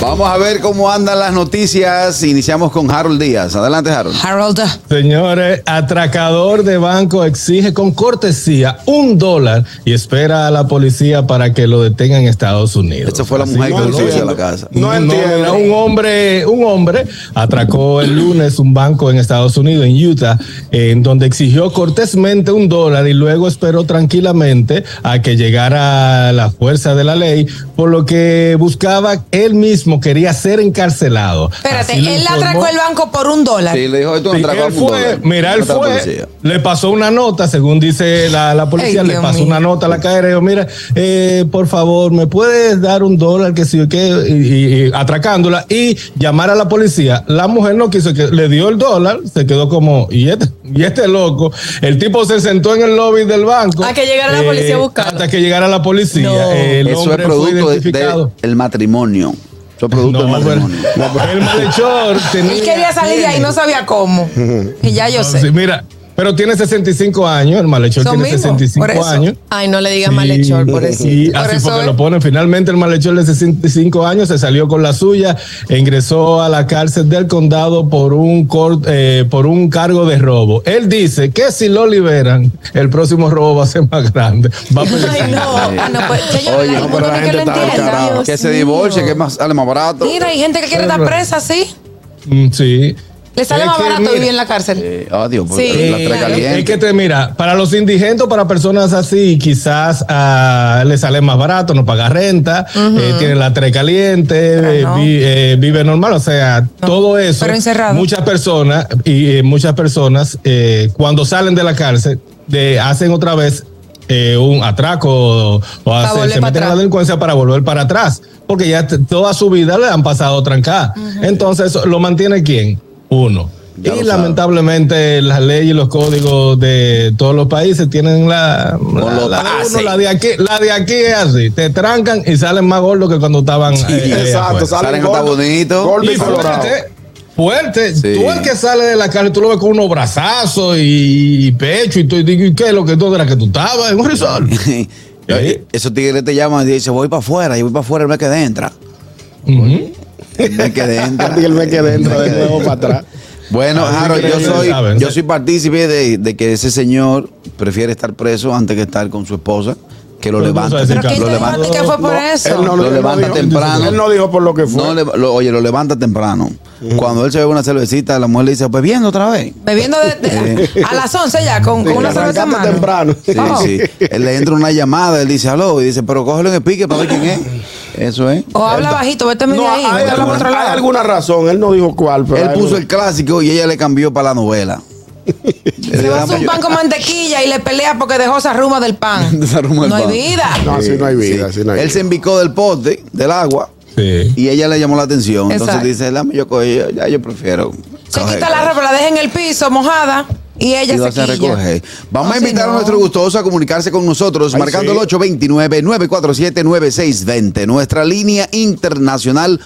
Vamos a ver cómo andan las noticias. Iniciamos con Harold Díaz. Adelante, Harold. Harold. ah, Señores, atracador de banco exige con cortesía un dólar y espera a la policía para que lo detenga en Estados Unidos. Esta fue la mujer que que lo no, subió a la casa. no, era un hombre, un hombre atracó el lunes un banco en Estados Unidos, en Utah, en donde exigió cortésmente un dólar y luego esperó tranquilamente a que llegara la fuerza de la ley, por lo que buscaba él mismo quería ser encarcelado. Espérate, Así lo él informó- atracó el banco por un dólar. Sí, le dijo, tú no Sí, atracas él un fue, dólar. mira, él No te eh. la fue, policía. le pasó una nota, según dice la, la policía, Ay, le Dios pasó mío. una nota a la cadera y dijo, mira, eh, por favor, ¿me puedes dar un dólar que si yo qué? Y, y- y atracándola y llamar a la policía. La mujer no quiso, que le dio el dólar, se quedó como, y este, y este loco. El tipo se sentó en el lobby del banco. eh, A que llegara la policía a buscarlo. Hasta que llegara la policía. No. Eh, el Eso es hombre fue producto de- identificado. del matrimonio. Eso es producto No, del pero- matrimonio. el malhechor tenía. Él quería salir de ahí, no sabía cómo. Y ya yo Sí, sé. mira, pero tiene 65 años, el malhechor Son tiene mismos, 65 por eso. años. Ay, no le diga Sí, malhechor, por eso. Y Por así eso porque es- lo ponen. Finalmente el malhechor de 65 años se salió con la suya e ingresó a la cárcel del condado por un, cor- eh, por un cargo de robo. Él dice que si lo liberan, el próximo robo va a ser más grande. Va a pelear. Ay, no. Ah, no, pues, señora, hay Oye, no, pero mundo la que gente lo está entienda. descarada. Dios Que se mío. divorcie, que es más, sale más barato. Mira, hay gente que quiere estar presa, ¿sí? Mm, Sí. Le sale Es más que, barato mira, vivir en la cárcel. Eh, oh, Dios, pues, Sí, la trae claro. caliente. Es que te mira, para los indigentes, para personas así, quizás ah, le sale más barato, no paga renta, eh, tiene la tres Pero caliente, eh, Ah, no. vi- eh, vive normal, o sea, todo eso. pero encerrado. Muchas personas y eh, muchas personas eh, cuando salen de la cárcel de, hacen otra vez eh, un atraco o, o hacen- volver se para meten a la atrás. delincuencia para volver para atrás, porque ya t- toda su vida le han pasado trancada. Entonces, ¿lo mantiene quién? Uno. Ya lo y sabe. lamentablemente las leyes y los códigos de todos los países tienen la Por la, lo la de uno, fácil. la de aquí, la de aquí es así, te trancan y salen más gordos que cuando estaban eh, eh, afuera. Exacto, Salen salen hasta gordo- bonito. gordo Y y colorado. fuerte, fuerte. Sí. Tú el que sale de la calle, tú lo ves con unos brazazos y, y pecho y todo. Y digo, ¿y qué? Lo que tú de la que tú estabas en un resort. Oye, Esos tigres te llaman y dicen, voy para afuera, yo voy para afuera el mes que entra. Ujú. El mes que entra. Y él me quedé dentro de nuevo para atrás. Bueno, Así Harold, que yo ellos soy, saben, yo sí. soy partícipe de, de que ese señor prefiere estar preso antes que estar con su esposa, que lo Pero levanta, entonces, Pero ¿qué sí, lo Carlos, interesante levanta, que fue por No, eso? él no lo él levanta dijo- temprano. Él no dijo por lo que fue. No le- lo- oye, lo levanta temprano. Cuando él se bebe una cervecita, la mujer le dice, pues viendo otra vez. Bebiendo de- de- a las 11 ya, con, Sí, con una cerveza en mano. arrancaste temprano. Sí, Oh. sí. Él le entra una llamada, él dice, aló, y dice, pero cógelo en el pique para ver quién es. Eso es. O habla bajito, vete medio No, ahí. hay, vete a hablar por alguna, otro hay lado. alguna razón, él no dijo cuál, pero Él hay puso alguna- el clásico y ella le cambió para la novela. Se va a hacer un pan con mantequilla y le pelea porque dejó esa ruma del pan. Esa ruma del no hay pan. vida. No, así no hay vida, así no hay Él se vida. embicó del poste, del agua, Sí. y ella le llamó la atención. Exacto. Entonces dice, "Dame, yo, co- yo- ya yo prefiero. Se coger". quita la ropa, la deja en el piso mojada y ella Y lo se hace quilla. recoger. Vamos No, a invitar sí, a no. nuestro gustoso a comunicarse con nosotros, Ay, marcando sí. el 829-947-9620. Nuestra línea internacional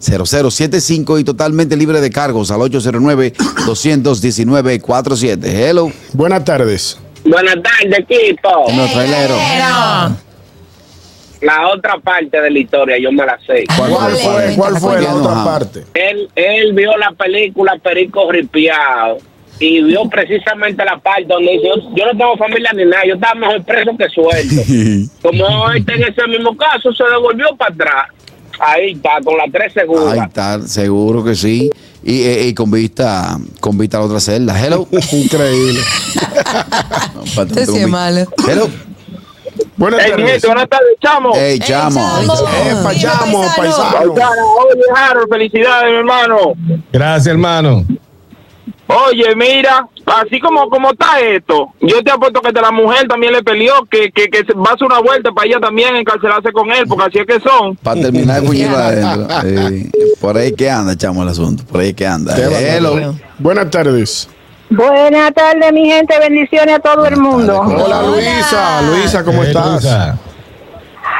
1862-320-0075 y totalmente libre de cargos al 809-219-47. Hello. Buenas tardes. Buenas tardes, equipo. En los traileros. Pero- La otra parte de la historia yo me la sé. ¿Cuál ¿Cuál fue? fue, cuál fue la Cuéntanos, otra Jao. parte? Él, él vio la película Perico Ripiado y vio precisamente la parte donde dice, yo, yo no tengo familia ni nada, yo estaba mejor preso que suelto. Como él está en ese mismo caso, se devolvió para atrás. Ahí está, con las tres segundas. Ahí está, seguro que sí. Y, eh, y con vista con vista a la otra celda. Hello. Increíble. No, espérate, Usted sí es malo. Hello. Buenas Ey, tardes. gente, buenas tardes, chamo. Hey, Ey, chamo. Oh. chamo. Eh, Epa, Mira, chamo, paisano. paisano. Paisano, Oye, Harold, felicidades, mi hermano. Gracias, hermano. Oye, mira, así como como está esto, yo te apuesto que de la mujer también le peleó que, que, que se- va a hacer una vuelta para ella también encarcelarse con él, porque así es que son. Para terminar con hielo adentro. Sí. por ahí que anda, chamo, el asunto. Por ahí que anda. Qué bárbaro. Hello. Buenas tardes. Buenas tardes, mi gente. Bendiciones a todo el mundo. Ah, Buenas tardes, Hola, Hola. Luisa. Luisa, ¿cómo Eh, estás? Luisa.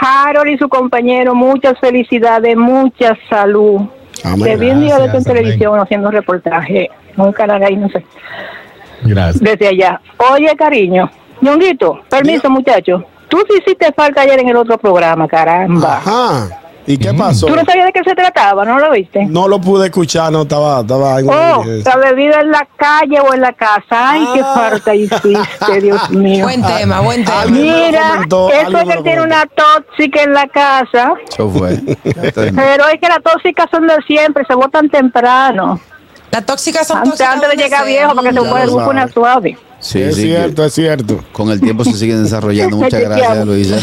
Harold y su compañero, muchas felicidades, mucha salud. Amén. Te vi un día de esto en Gracias, amén. televisión haciendo un reportaje, un canal ahí, no sé, Gracias. desde allá. Oye, cariño, Ñonguito, permiso, muchacho. Tú te hiciste falta ayer en el otro programa, caramba. Ajá. ¿Y qué pasó? Tú no sabías de qué se trataba, ¿no lo viste? No lo pude escuchar, no estaba, estaba en una Oh, diligencia. la bebida en la calle o en la casa. Ay, qué Ah. falta hiciste, Dios mío. Buen tema, buen ah, tema. Alguien me lo Mira, comentó, eso alguien es me que lo tiene comentó. una tóxica en la casa, Eso fue. Esto es- pero es que las tóxicas son de siempre, se votan temprano, Las tóxicas son antes, tóxicas. antes de donde llegar sea. viejo para que Ya se pueda lo buscar una sabe. suave. sí, es sí, cierto, es cierto. que Con el tiempo se siguen desarrollando. Muchas Te gracias, amo. Luisa.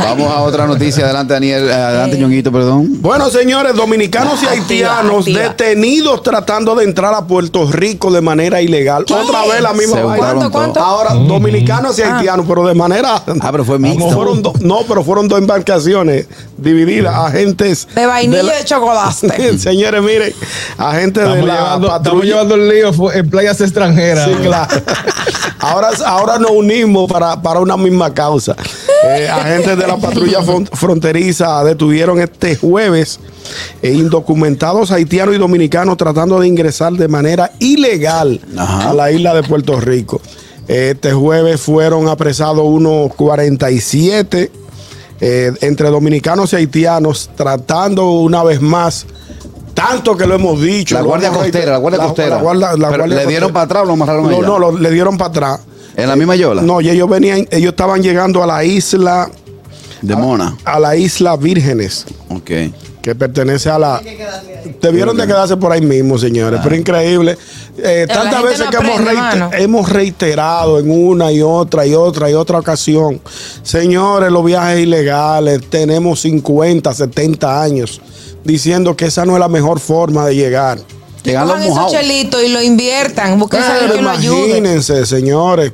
Vamos a otra noticia. Adelante, Daniel. Eh. Adelante, Ñonguito, perdón. Bueno, señores, dominicanos y haitianos activa. detenidos tratando de entrar a Puerto Rico de manera ilegal. Otra vez la misma Se vaina. juntaron ¿Cuánto, Mm-hmm. Ah. todos. Ahora, dominicanos y haitianos, pero de manera. Ah, pero fue mixto. Como fueron do- no, pero fueron dos embarcaciones divididas. Agentes. De vainilla la- y de chocolate. Señores, miren, agentes Estamos de la llevando, estamos patrulla. llevando el lío fu- en playas extranjeras. Sí, claro. Ahora, ahora nos unimos para, para una misma causa. Eh, agentes de la patrulla fron- fronteriza detuvieron este jueves eh, indocumentados haitianos y dominicanos tratando de ingresar de manera ilegal Ajá. a la isla de Puerto Rico. Este jueves fueron apresados unos 47 eh, entre dominicanos y haitianos tratando una vez más. Tanto que lo hemos dicho. La lo Guardia hemos Costera, la Guardia Costera. guarda- la Pero, Guardia ¿le dieron Costera. para atrás o lo amarraron No, allá? no, lo- le dieron para atrás. ¿En la misma yola? Eh, No, y ellos venían, ellos estaban llegando a la isla, De Mona. a la isla Vírgenes, Ok. que pertenece a la. Debieron de quedarse por ahí mismo, señores. Ah. Pero increíble. Eh, Pero la tantas gente veces no que hemos, aprende, reiter- mano. hemos reiterado en una y otra y otra y otra ocasión, señores, los viajes ilegales, tenemos 50, 70 años diciendo que esa no es la mejor forma de llegar. Llegan los Cojan esos mojados. chelitos y lo inviertan. Busquen a alguien Pero que lo ayude. imagínense, señores.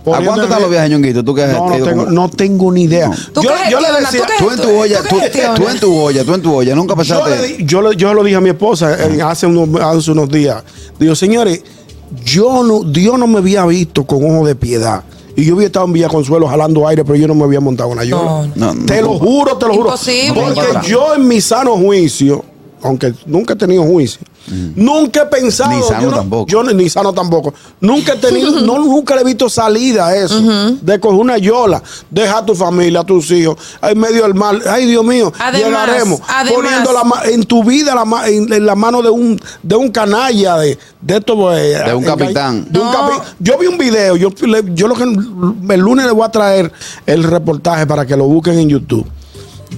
¿A cuánto están los viajes, Ñonguito? ¿Tú que has No, no ido tengo, con- no tengo ni idea. ¿Tú Yo, qué yo le gestionas? decía, qué Tú en tu gestionas? olla, tú, ¿Tú qué tú en tu olla, tú en tu olla. Nunca yo, pasaste. le di- yo, le- yo lo dije a mi esposa eh, Ah. hace, unos, hace unos días. Digo, señores, yo no, Dios no me había visto con ojos de piedad. Y yo había estado en Villa Consuelo jalando aire, pero yo no me había montado en la yola. No, no, te no. lo juro, te lo juro. Imposible. Porque Para atrás. yo en mi sano juicio, aunque nunca he tenido juicio, nunca he pensado. Mm. Ni sano yo no- tampoco. Yo no- ni sano tampoco. Nunca he tenido, no, nunca le he visto salida a eso. De coger una yola, deja a tu familia, a tus hijos, en medio del mar. Ay, Dios mío, Además, llegaremos además. poniendo la ma- en tu vida la ma- en, en la mano de un de un canalla de de esto, pues, De un eh, capitán. de un No. capi- yo vi un video yo le- yo lo que el lunes le voy a traer el reportaje para que lo busquen en YouTube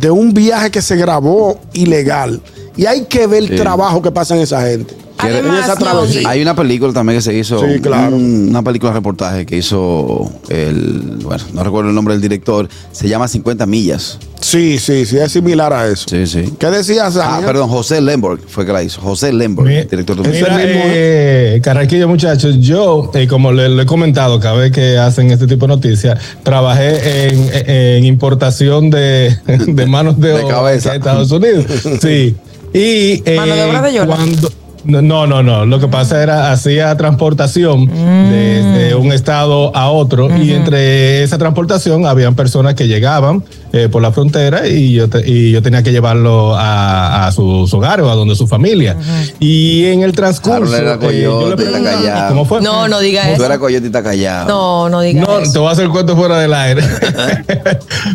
de un viaje que se grabó ilegal y hay que ver Sí. el trabajo que pasa en esa gente Quiere- Además, esa travesía. Ñongui, Hay una película también que se hizo. Sí, claro. un- una película reportaje que hizo el. Bueno, no recuerdo el nombre del director. Se llama 50 millas. sí sí sí es similar a eso Sí, sí. qué decías Ah, Ángel? perdón, José Lemberg fue que la hizo. José Lemberg, Mi- director de Mira, Ese mismo, eh, Carraquillo, muchachos, yo, eh, como le, lo he comentado cada vez que hacen este tipo de noticias, trabajé en, en importación de, de manos de, De obra cabeza. aquí a Estados Unidos. Sí. Y eh, Mano de obra de Yola. cuando- no, no, no. Lo que pasa era hacía transportación Mm. de, de un estado a otro y entre esa transportación habían personas que llegaban eh, por la frontera y yo, te- y yo tenía que llevarlo a, a sus hogares o a donde su familia. Y en el transcurso, Harold era eh, yo coyote, le está preguntaba, callado. ¿cómo fue? No, no diga Tú eso. eras coyote y está callado. No, no diga No, eso. te voy a hacer cuento fuera del aire.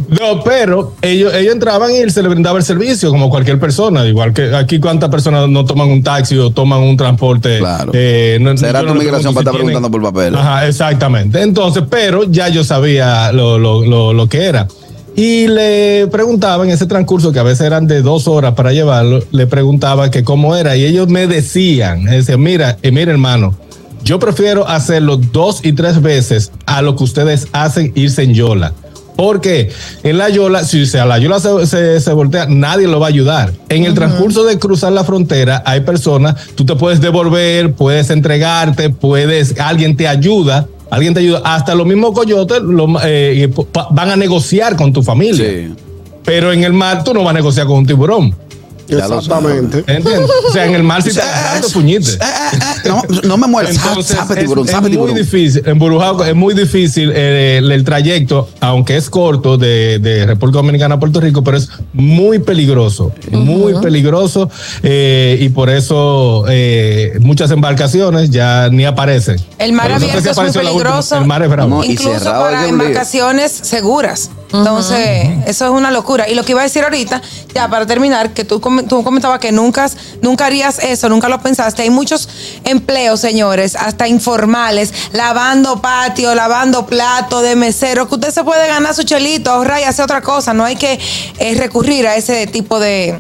no, pero ellos, ellos entraban y se les brindaba el servicio como cualquier persona. Igual que aquí cuántas personas no toman un taxi o toman un transporte. Claro. Eh, no- Será yo no tu le pregunto migración para si estar tienen- preguntando por papel. Ajá, exactamente. Entonces, pero ya yo sabía lo, lo- lo- lo que era. Y le preguntaba en ese transcurso, que a veces eran de dos horas para llevarlo, le preguntaba que cómo era. Y ellos me decían, me decían, mira, eh, mira hermano, yo prefiero hacerlo dos y tres veces a lo que ustedes hacen irse en Yola. Porque en la Yola, si se- a la Yola se, se- se voltea, nadie lo va a ayudar. En el transcurso de cruzar la frontera, hay personas, tú te puedes devolver, puedes entregarte, puedes, alguien te ayuda, alguien te ayuda. Hasta los mismos coyotes lo- eh, pa- van a negociar con tu familia. Sí. Pero en el mar tú no vas a negociar con un tiburón. Ya lo saben. Exactamente. ¿Entiendes? O sea, ah, en el mar si Eh, eh, estás eh, dando puñetes. eh, eh, eh, No, no me mueras. Zap, Entonces, zape, es, tiburón, es zape, muy tiburón. difícil, embrujado, es muy difícil eh, el, el trayecto, aunque es corto de, de República Dominicana a Puerto Rico, pero es muy peligroso, muy peligroso eh, y por eso eh, muchas embarcaciones ya ni aparecen. El mar Por eso abierto que es muy apareció la última, peligroso. El mar es bravo. No, y incluso cerrado hay para que abrir. embarcaciones seguras. Entonces, eso es una locura. Y lo que iba a decir ahorita, ya para terminar, que tú, com- tú comentabas que nunca, nunca harías eso, nunca lo pensaste. Hay muchos empleos, señores, hasta informales, lavando patio, lavando plato de mesero, que usted se puede ganar su chelito, ahorrar y hacer otra cosa. No hay que eh, recurrir a ese tipo de,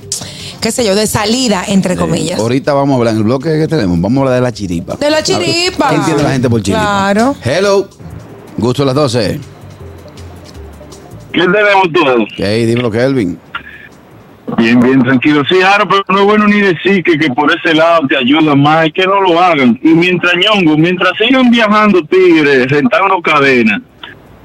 qué sé yo, de salida, entre comillas. Eh, Ahorita vamos a hablar en el bloque que tenemos. Vamos a hablar de la chiripa. De la chiripa. ¿Qué entiende la gente por chiripa? Claro. Hello. Gusto a las 12. ¿Qué tenemos todos? Hey, dímelo, Kelvin. Bien, bien, tranquilo. Sí, Jaro, pero no es bueno ni decir que, que por ese lado te ayuda más, es que no lo hagan. Y mientras ñongo, mientras sigan viajando tigres, sentando cadenas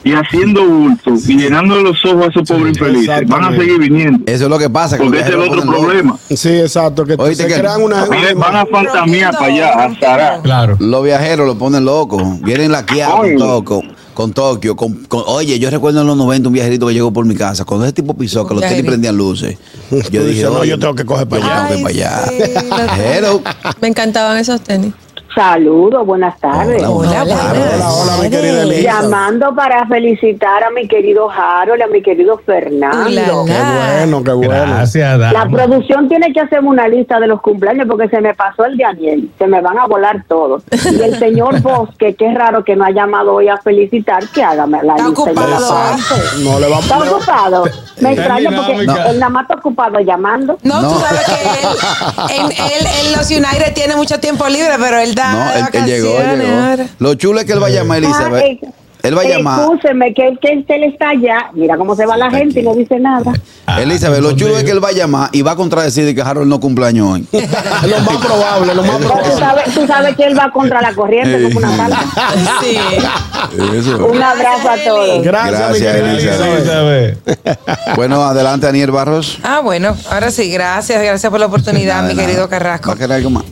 y haciendo bulto y llenando los ojos a esos pobres infelices, van a exactamente. seguir viniendo. Eso es lo que pasa. que Porque los ese es el viajeros otro ponen loco. problema. Sí, exacto. Que Oíste se que- crean una. Miren, van a fantasmear para allá, a Sará. Claro. Los viajeros lo ponen loco. Vienen laqueados con, Oye. todo, con, con Tokio. Con, con- oye, yo recuerdo en los 90 un viajerito que llegó por mi casa. Cuando ese tipo pisó, que los tenis Viajerito. prendían luces. Yo Tú dije, dices, no, oye, yo tengo que coger para yo allá. tengo que ir para Ay, allá. sí. pues, Hello. Me encantaban esos tenis. Saludos, buenas tardes. Hola, hola, Hola, hola, mi querida Elisa. Llamando para felicitar a mi querido Harold, a mi querido Fernando. Qué bueno, qué bueno. Gracias, La dama. producción tiene que hacerme una lista de los cumpleaños porque se me pasó el de Aniel, se me van a volar todos. Y el señor Bosque, qué raro que no ha llamado hoy a felicitar, que hágame la Está lista. y me la ocupado, pase. No le va Está a ocupado. Me Está extraña porque dinámica. él nada más está ocupado llamando. No, No. tú sabes que él en, él en los United tiene mucho tiempo libre, pero él da. No, él, él vacaciones llegó, él llegó. ahora. Lo chulo es que él va a llamar, Elizabeth. Ah, eh, él va a llamar. Escúcheme, que, que él él está allá. Mira cómo se va la Está gente y aquí. no dice nada. Ah, Elizabeth, lo ¿dónde chulo es yo? que él va a llamar y va a contradecir de que Harold no cumpleaños hoy. Ah, Lo más probable, lo más Pero tú probable. sabes, tú sabes que él va contra la corriente como una salsa. Sí. Eso. Un abrazo a todos. Gracias, mi Gracias, querida Elisa. Elisa. Elizabeth. Bueno, adelante, Daniel Barros. Ah, bueno, ahora sí, gracias, gracias por la oportunidad, Nada, mi nada. querido ¿Va Carrasco. a querer algo más?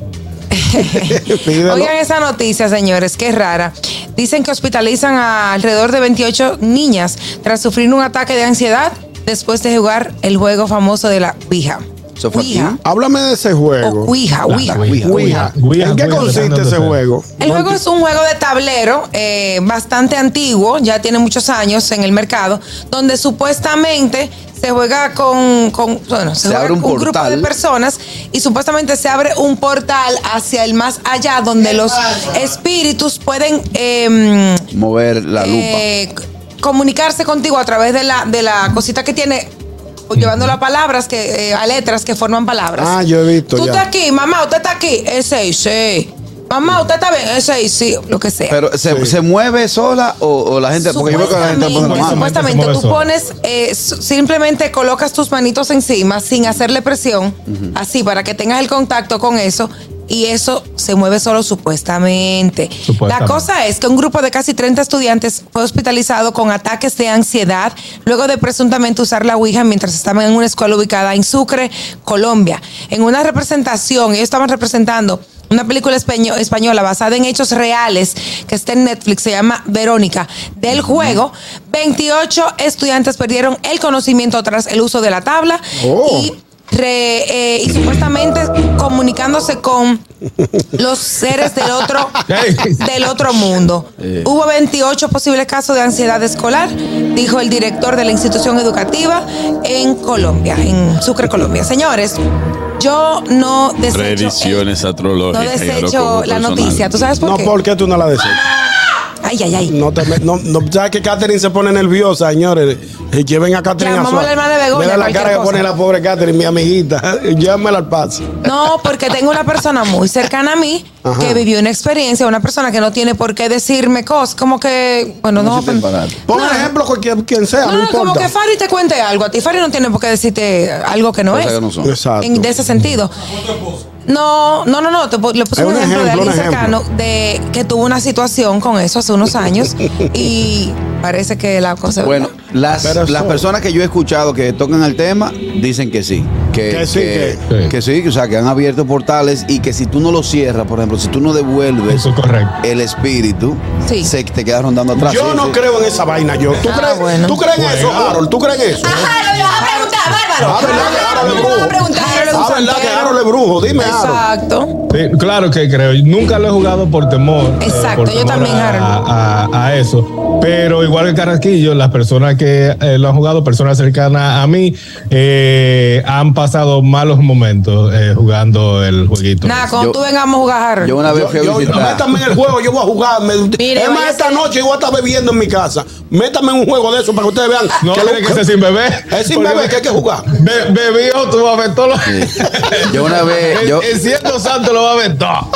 Pídelo. Oigan esa noticia, señores, qué rara. Dicen que hospitalizan a alrededor de 28 niñas tras sufrir un ataque de ansiedad después de jugar el juego famoso de la Ouija. ¿Eso fue Ouija. Háblame de ese O juego. Ouija, Ouija. Ouija. Ouija, ¿En qué Ouija, consiste Alejandro ese Fernández. juego? El juego es un juego de tablero eh, bastante antiguo, ya tiene muchos años en el mercado, donde supuestamente se juega con, con- bueno, se Se juega abre un con un grupo de portal. personas y supuestamente se abre un portal hacia el más allá, donde los espíritus pueden eh, Mover la lupa. eh, comunicarse contigo a través de la, de la cosita que tiene. Llevándolo a palabras, que, eh, a letras que forman palabras. Ah, yo he visto Tú ya. estás aquí, mamá, usted está aquí. Ese y sí. Mamá, usted está bien. Ese y sí, lo que sea. Pero ¿se, se mueve sola o, o la gente? Porque yo veo que la gente pone la Supuestamente, supuestamente, tú Se mueve mano. sola. pones, eh, su- simplemente colocas tus manitos encima sin hacerle presión, así para que tengas el contacto con eso. Y eso se mueve solo supuestamente. Supuestamente. La cosa es que un grupo de casi 30 estudiantes fue hospitalizado con ataques de ansiedad luego de presuntamente usar la Ouija mientras estaban en una escuela ubicada en Sucre, Colombia. En una representación, ellos estaban representando una película espeño- española basada en hechos reales que está en Netflix, se llama Verónica. Del juego, 28 estudiantes perdieron el conocimiento tras el uso de la tabla Oh. y re- eh, y supuestamente comunicándose con los seres del otro Ey. del otro mundo. Hubo 28 posibles casos de ansiedad escolar, dijo el director de la institución educativa en Colombia, en Sucre, Colombia. Señores, yo no desecho Predicciones eh, no astrológicas. desecho la noticia. ¿Tú sabes por No, qué? ¿por qué tú no la deseas? Ay, ay, ay. No te me- no, no, sabes que Catherine se pone nerviosa, señores. Y Lleven a Catherine a Llamamos suave. a la hermana de Begoña, Mira la cualquier cara que cosa. pone la pobre Catherine, mi amiguita. Llévamela al paso. No, porque tengo una persona muy cercana a mí Ajá. que vivió una experiencia, una persona que no tiene por qué decirme cosas, como que, bueno, no. pues, Mucho temparate. Pon No. un ejemplo con quien, quien sea, Ah, no, No, Ah, como importa. que Fari te cuente algo. A ti Fari no tiene por qué decirte algo que no Cosas es. que no son. Exacto. En- de ese sentido. No, no, no, no. Te, pu- le puse Es un un ejemplo, de ejemplo, alguien un ejemplo. cercano de que tuvo una situación con eso hace unos años y parece que la cosa. Bueno, Las, Pero las eso- personas que yo he escuchado que tocan el tema dicen que sí. Que, Que sí, que- que sí, o sea, que han abierto portales y que si tú no lo cierras, por ejemplo, si tú no devuelves Eso es correcto. el espíritu, Sí. se te quedas rondando atrás. Yo Sí, no sí. creo en esa vaina, yo. ¿Tú Ah, crees, bueno. Ah, ¿tú crees en eso, Harold? ¿Tú crees en eso? Ajá, lo vas a preguntar, bárbaro. Ah, ¿verdad que Harold es Tú me vas a brujo? preguntar Harold es eso. Ah, ¿verdad que Harold es brujo? Dime, Harold. Exacto. Sí, claro que creo. Nunca lo he jugado por temor. eh, Exacto, por yo temor también, a, Harold. a- a eso. Pero igual que Carrasquillo, las personas que eh, lo han jugado, personas cercanas a mí, eh, han pasado malos momentos eh, jugando el jueguito. Nada, cuando Yo- tú vengamos a jugar Harold. Yo una vez Yo, fui a yo- visitar. métame en el juego, yo voy a jugar. Me- Mire, es vaya más, a esta ser- noche yo voy a estar bebiendo en mi casa. Métame en un juego de eso para que ustedes vean. no que lo- tiene que ser sin bebé. Es sin porque bebé que hay que jugar. be- bebió, tú vas a ver todo lo- Yo una vez, El- yo, el cielo santo lo va a ver todo.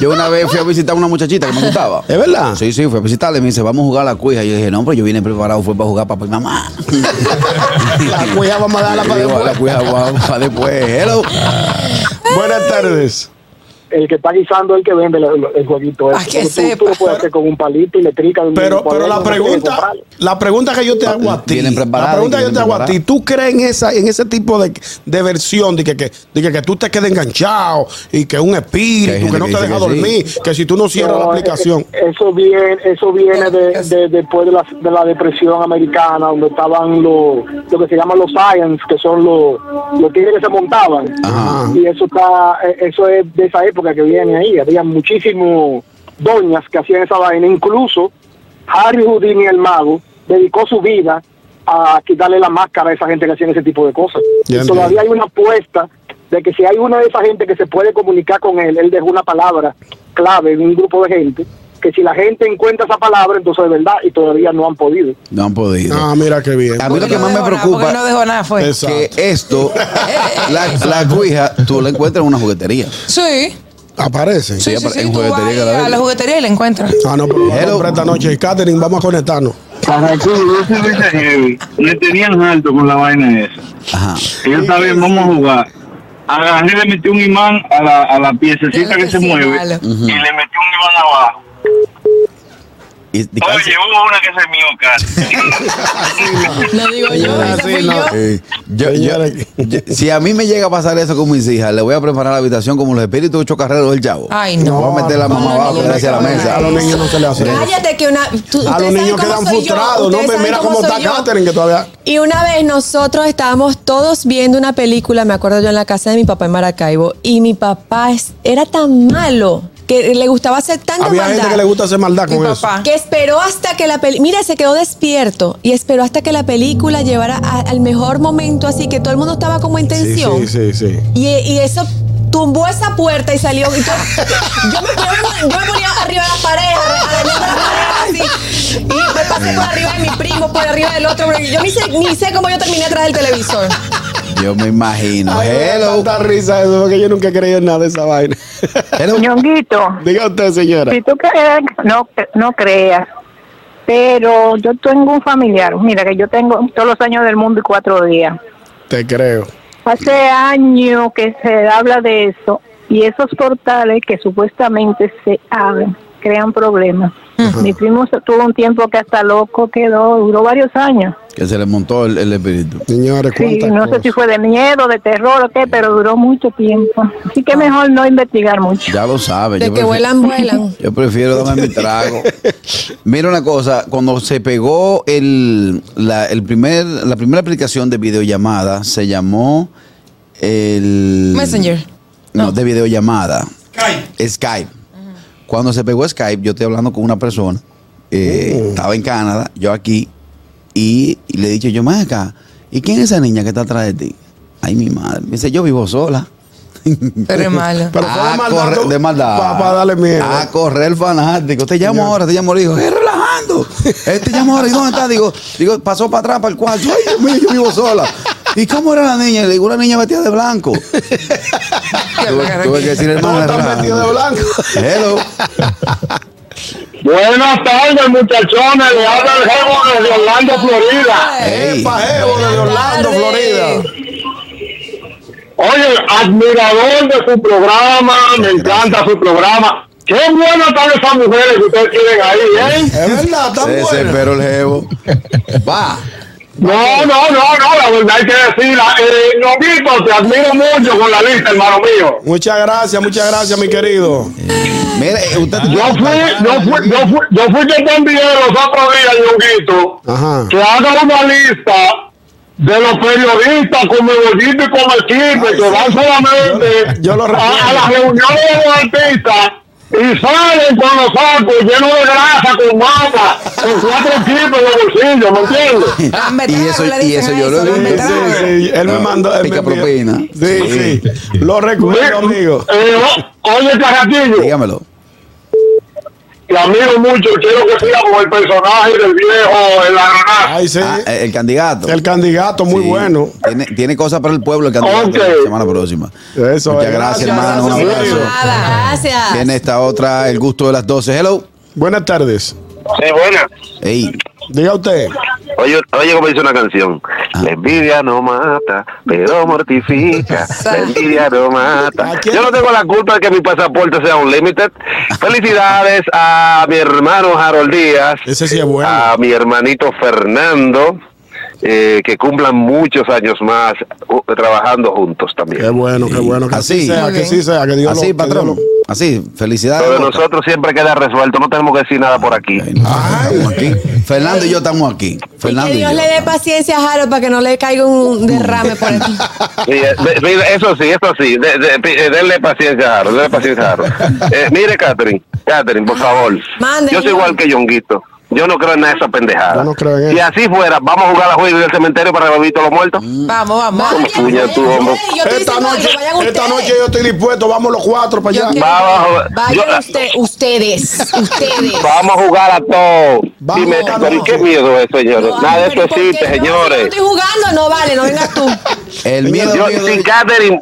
yo una vez fui a visitar a una muchachita que me gustaba. ¿Es verdad? Sí, sí, fui a visitarle. Me dice, vamos a jugar a la cuija. Y yo dije, no, pero yo vine preparado, fue para jugar papá y mamá. La cuija vamos a darla para Digo, después. La cuija vamos para después. Hello. Buenas tardes. el que está guisando es el que vende lo- lo- el, jueguito. Pa' que Tú- tú, sepa. tú lo puedes hacer con un palito y le trica. Pero, pero la pregunta, la pregunta que yo te hago a ti, Vienen la preparadas, pregunta que yo vienen te hago a ti, preparadas. ¿tú crees en esa, en ese tipo de, de versión de que, que, de que, que tú te quedes enganchado y que un Que hay espíritu que, gente no que te dice deja que sí. dormir, que si tú no cierras la aplicación? Eso viene, eso viene de, de- después de la, de la depresión americana, donde estaban los, lo que se llaman los science, que son los, los tigres que se montaban. Ajá. Y eso está, eh, eso es de esa época que viene ahí. Había muchísimos doñas que hacían esa vaina. Incluso Harry Houdini, el mago, dedicó su vida a quitarle la máscara a esa gente que hacía ese tipo de cosas. Ya Y todavía entiendo. hay una apuesta de que si hay una de esa gente que se puede comunicar con él, él deja una palabra clave en un grupo de gente, que si la gente encuentra esa palabra, entonces de verdad, y todavía no han podido. No han podido. Ah, mira qué bien. A mí lo Porque que no más me dejó nada, porque preocupa no dejó nada fue. Exacto. que esto, la, la cuija, tú la encuentras en una juguetería. Sí. Aparece. Sí, sí, apare- sí, en tú vas juguetería cada ahí a vez. la juguetería y la encuentras. Ah, no, pero Hello. para esta noche. Catherine, vamos a conectarnos. yo soy Luis Heavy. Me tenían alto con la vaina esa. Ajá. Ellos saben, vamos a jugar. Agarré y le metí un imán a la, a la piececita Claro que, que se sí, mueve malo. y le metí un imán abajo. Y, y Oye, hubo una que se mío casi. No digo yo, esa Así fui Ah, no. yo. Eh, yo- yo- Señores. yo- si a mí me llega a pasar eso con mis hijas, le voy a preparar la habitación como los espíritus chocarreros del chavo. Ay, no. Voy a meter la No, mamá no, abajo, no, no, gracias a la no, mesa. A los niños no se le hace eso. Cállate que una. A tú- los ustedes niños saben quedan cómo soy yo, frustrados. No, ustedes Pues saben mira cómo cómo está soy yo. Catherine, que todavía. Y una vez nosotros estábamos todos viendo una película, me acuerdo yo en la casa de mi papá en Maracaibo, y mi papá es- era tan malo que le gustaba hacer tanta Había maldad. gente que le gusta hacer maldad Mi con eso. papá. que esperó hasta que la película. Mira, se quedó despierto y esperó hasta que la película llevara a- al mejor momento, así que todo el mundo estaba como en Sí, tensión. sí, sí, sí. Y, y eso tumbó esa puerta y salió. y yo, yo me ponía, yo me ponía arriba de la pared, alrededor de la pared, así. Y me pasé por arriba de mi primo, por arriba del otro. porque Yo ni sé, ni sé cómo yo terminé atrás del televisor. Yo me imagino. Ay, me da Hello. tanta risa eso, porque yo nunca he creído en nada de esa vaina. Hello. Ñonguito, Diga usted, señora. si tú crees, no, no creas. Pero yo tengo un familiar, mira que yo tengo todos los años del mundo y cuatro días. Te creo. Hace años que se habla de eso y esos portales que supuestamente se abren crean problemas. Mi primo se- tuvo un tiempo que hasta loco quedó, duró varios años. Que se le montó el, el espíritu. Señores, Sí, cuántas no cosas. sé si fue de miedo, de terror o qué, pero duró mucho tiempo. Así que mejor no investigar mucho. Ya lo sabe. De yo que prefi- vuelan, vuelan. Yo prefiero darme mi trago. Mira una cosa, cuando se pegó el, la, el primer, la primera aplicación de videollamada, se llamó el... Messenger. No, de videollamada. Skype. Skype. Cuando se pegó Skype, yo estoy hablando con una persona, eh, estaba en Canadá, yo aquí, y, y le he dicho, yo, más acá, ¿y quién es esa niña que está atrás de ti? Ay, mi madre. Me dice, yo vivo sola. Pero es malo. Pero fue de Ah, maldad, corre- tú- de maldad. pa- pa' darle miedo. A correr fanático. Te llamo ahora, te llamo ahora. Digo, es relajando. Eh, Te llamo ahora. ¿Y dónde está? Digo, digo, pasó para atrás, para el cuarto. Ay, Dios mío, yo vivo sola. ¿Y cómo era la niña? Le digo, una niña vestida de blanco. tuve, tuve que decir, hermano, Todos están relaja. vestidos de blanco. Hello. Buenas tardes, muchachones. Le habla el jevo desde Orlando, Florida. Hey. Epa, Evo, desde Orlando, Tarde. Florida. Oye, admirador de su programa. Me encanta su programa. Qué buenas están esas mujeres que ustedes tienen ahí, ¿eh? Es verdad, Se tan bueno. desesperó el jevo. Va. No, no, no, no, la verdad hay que decirla. Eh, Noquito, te admiro mucho con la lista, hermano mío. Muchas gracias, muchas gracias, mi querido. Ah, Yo fui, yo fui, yo fui, yo fui que te envié los otros días, Ñonguito, Ajá. que haga una lista de los periodistas, comedoritos y comerciantes que van solamente yo lo a, a las recuerdo. reuniones de los artistas y salen con los sacos llenos de grasa, con mata, con cuatro tipos de bolsillo, ¿me entiendes? y eso, le y dicen eso a yo lo eso, vi. Sí, sí, él me No, mandó. él pica me envió- propina. Sí, sí. Lo recuerdo, amigo. Eh, o- oye, Carratillo. Dígamelo. Te admiro mucho, quiero que sigas con el personaje del viejo, el aeronazo. Ay, sí. Ah, eh, el candidato. El candidato, muy Sí. bueno. Tiene, tiene cosas para el pueblo el candidato Ok. la semana próxima. Eso Muchas es. gracias, Gracias, hermano. Un gracias. abrazo. Gracias. Viene esta otra, el gusto de las 12. Hello. Buenas tardes. Es buena. Ey, Diga usted. Oye, oye cómo dice una canción. Ah. La envidia no mata, pero mortifica. La envidia no mata. Yo no tengo la culpa de que mi pasaporte sea un límite. Felicidades a mi hermano Harold Díaz. Ese sí es bueno. A mi hermanito Fernando. eh, que cumplan muchos años más uh, trabajando juntos Qué también. bueno, qué bueno. Que así, Así. sea, Muy que bien. sí sea. Que Dios lo- así, que Dios patrón. lo- Así, felicidades. Lo de Boca. nosotros siempre queda resuelto, no tenemos que decir nada por aquí. Ay, no, estamos aquí. Fernando y yo estamos aquí. Fernando que y yo. Dios le dé paciencia a Harold para que no le caiga un derrame por aquí. Sí, eh, de- mira, eso sí, eso sí. De- de- pi- eh, denle paciencia a Harold, denle paciencia a Harold. Eh, mire, Catherine, Catherine, por favor. Mande, yo soy John. igual que Yonguito. Yo no creo en nada de esa pendejada. Yo no creo en si eso. así fuera, vamos a jugar a juego del cementerio para revivir todos los muertos. Vamos, vamos. Vayan, Como puñal tú, vayan homo. ustedes, yo Esta estoy diciendo algo, noche, vayan esta ustedes. noche yo estoy dispuesto. Vamos los cuatro para allá. Yo quiero- Va, va, va. Vayan Yo- usted- ustedes, ustedes. Vamos a jugar a todos. Vamos, Dime, vamos. pero ¿y qué miedo es, señores? No, nada de pero eso ¿por qué existe, no? señores. Yo estoy jugando, no vale, no vengas tú. El miedo, Yo, miedo- sin Catherine,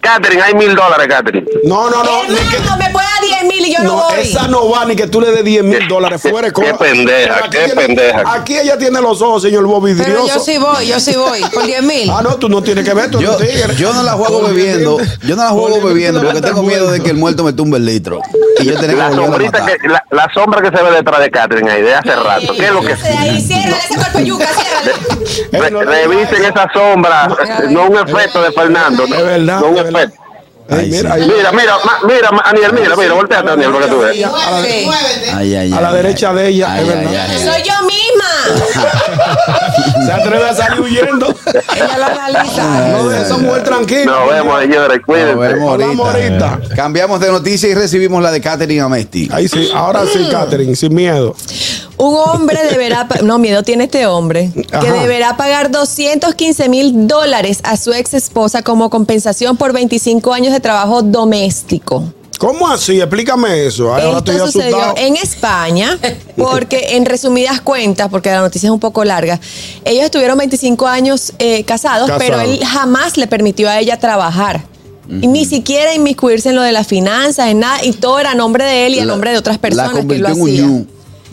Catherine, hay mil dólares, Catherine. No, no, no. ni que- Hermano, me puede dar 10 mil y yo no, no, voy. esa no va ni que tú le des 10 mil dólares fuera. de Qué cosa. pendeja, Aquí qué tiene- pendeja. Aquí ella tiene los ojos, señor Bobby Pero yo Dioso. sí voy, yo sí voy. Por 10 mil. Ah, no, tú no tienes que ver, tú Yo, eres un tigre. yo no la juego bebiendo, yo no la juego bebiendo porque tengo miedo de que el muerto me tumbe el litro. Y yo tengo La, sombrita que, la, la sombra que se ve detrás de Catherine ahí de hace rato. ¿Qué es lo que Ese de ahí, ciérrale ese cuerpo yuca, ciérrale. Ey, Re- no, no, revisen esa sombra, no, no un efecto de Fernando, no, Es verdad, no un es verdad. efecto. Ey, Ay, mira, sí. ahí- Mira, mira, ma- mira, ma- Aniel, mira, mira, volteate, Aniel, para que tú veas. a la- Sí. Ay, ay, A ay, la ay, derecha ay. de ella, es verdad. Soy yo misma. Se atreve a salir huyendo. Ella lo analiza. Ah, No dejes esa mujer tranquila. Nos vemos, señores, Nos cuídense. vemos Hablamos ahorita. ahorita. Cambiamos de noticia y recibimos la de Katherine Amesti. Ahí sí, ahora sí, Catherine, sin miedo. Un hombre deberá, pa- no miedo tiene este hombre, que Ajá. deberá pagar 215 mil dólares a su ex esposa como compensación por 25 años de trabajo doméstico. ¿Cómo así? Explícame eso. Ay, ahora estoy Esto sucedió asustado. en España, porque en resumidas cuentas, porque la noticia es un poco larga, ellos estuvieron 25 años eh, casados, Casados. pero él jamás le permitió a ella trabajar. Y ni siquiera inmiscuirse en lo de las finanzas, en nada, y todo era a nombre de él y a nombre de otras personas La que lo convirtió en un hacían. ñu.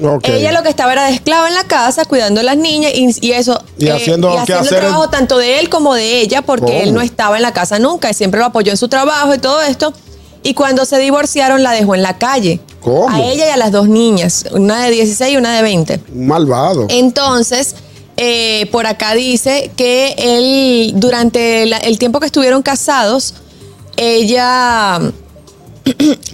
Ok. Ella lo que estaba era de esclava en la casa, cuidando a las niñas y, y eso. eh, Y haciendo y que haciendo hacer- trabajo tanto de él como de ella, porque ¿Cómo? él no estaba en la casa nunca. y Siempre lo apoyó en su trabajo y todo esto. Y cuando se divorciaron, la dejó en la calle. ¿Cómo? A ella y a las dos niñas, una de 16 y una de 20. Un malvado. Entonces, eh, por acá dice que él, durante la- el tiempo que estuvieron casados, ella,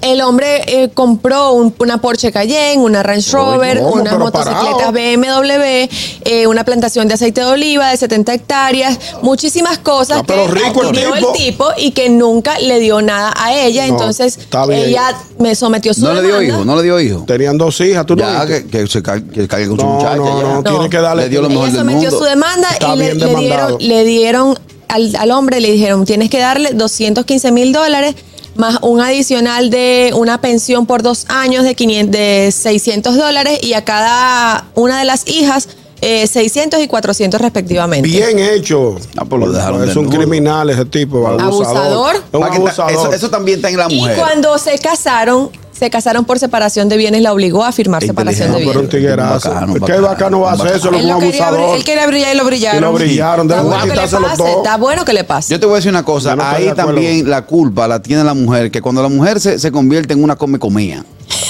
el hombre eh, compró un- una Porsche Cayenne, una Range Rover, ¿cómo? unas Pero motocicletas parado. BMW, eh, una plantación de aceite de oliva de 70 hectárias, muchísimas cosas Ah, pero que rico el adquirió tipo. y que nunca le dio nada a ella. No, Entonces, está bien. ella me sometió su No le dio demanda. hijo, no le dio hijo. Tenían dos hijas, tú no. Ya, viste? que, que se ca- que cargue con su No, muchacha. no, ya. no, tiene que darle- Le dio lo Ella mejor del sometió mundo. su demanda Está y le, bien le demandado. dieron, le dieron al, al hombre, le dijeron, tienes que darle 215 mil dólares más un adicional de una pensión por dos años de, 500, de 600 dólares y a cada una de las hijas eh, 600 y 400 respectivamente. Bien hecho. Ah, pues lo dejaron es un desnudo. criminal ese tipo. Abusador. Abusador. Es un Pa' que ta- abusador. Eso, eso también está en la Y mujer. cuando se casaron, se casaron por separación de bienes, la obligó a firmar separación de No, Ah, pero un bienes. tiguerazo. Qué bacano va a ser eso, lo Él un lo quería abusador. abrir- él quería brillar y lo brillaron. Y lo brillaron, Está déjame bueno que le quitárselo pase, todo. está bueno que le pase. Yo te voy a decir una cosa, Yo no estoy de ahí acuerdo. también la culpa la tiene la mujer, que cuando la mujer se, se convierte en una come comía.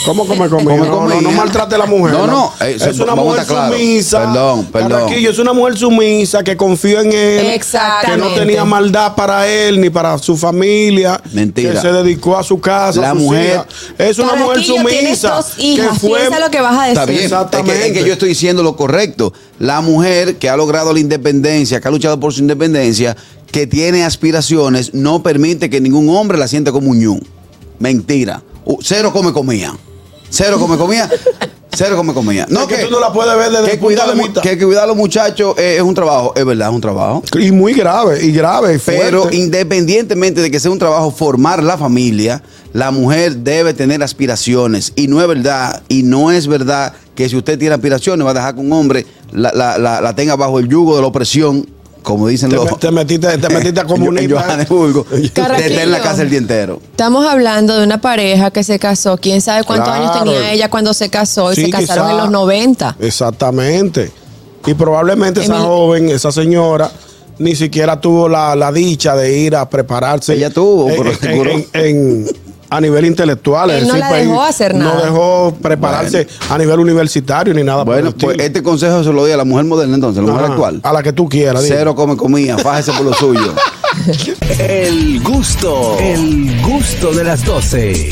¿Cómo come comida? Come No, no, no comida. maltrate a la mujer. No, no, eh, es se- una vamos a mujer estar claros. sumisa. Perdón, perdón. Carraquillo, es una mujer sumisa que confió en él. Que no Exactamente. tenía maldad para él ni para su familia. Mentira. Que se dedicó a su casa. a La sus mujer- hijas. Es una mujer Carraquillo, tienes sumisa. dos hijas, que fue- piensa lo que vas a Está bien, es decir. que- es que, Exactamente. yo estoy diciendo lo correcto. La mujer que ha logrado la independencia, que ha luchado por su independencia, que tiene aspiraciones, no permite que ningún hombre la sienta como un ñu. Mentira. Uh, Cero come comía. Cero come comía. Cero come comía. Es que tú no la puedes ver desde el que punto cuidar, de a los mu- vista. que cuidar a los muchachos eh, es un trabajo. Es verdad, es un trabajo. Y muy grave, y grave. y fuerte. Pero independientemente de que sea un trabajo formar la familia, la mujer debe tener aspiraciones. Y no es verdad, y no es verdad que si usted tiene aspiraciones va a dejar que un hombre la, la- la- la tenga bajo el yugo de la opresión, como dicen te, los... te metiste, te metiste a en comunista. Johannesburgo, de Carraquillo. estar en la casa el día entero. Ah, Estamos hablando de una pareja que se casó, quién sabe cuántos Claro. años tenía ella cuando se casó y Sí, se casaron quizá. en los 90. Exactamente. Y probablemente esa Emil- joven, esa señora, ni siquiera tuvo la, la dicha de ir a prepararse. Ella tuvo, en- pero en- seguro. en- en- a nivel intelectual. Él es no decir, la dejó pues, hacer No nada. dejó prepararse a nivel universitario ni nada. por el Bueno, pues estilo. este consejo se lo doy a la mujer moderna entonces, la mujer Ajá, actual. A la que tú quieras. dime. Cero come comida, fájese por lo suyo. El gusto, el gusto de las 12.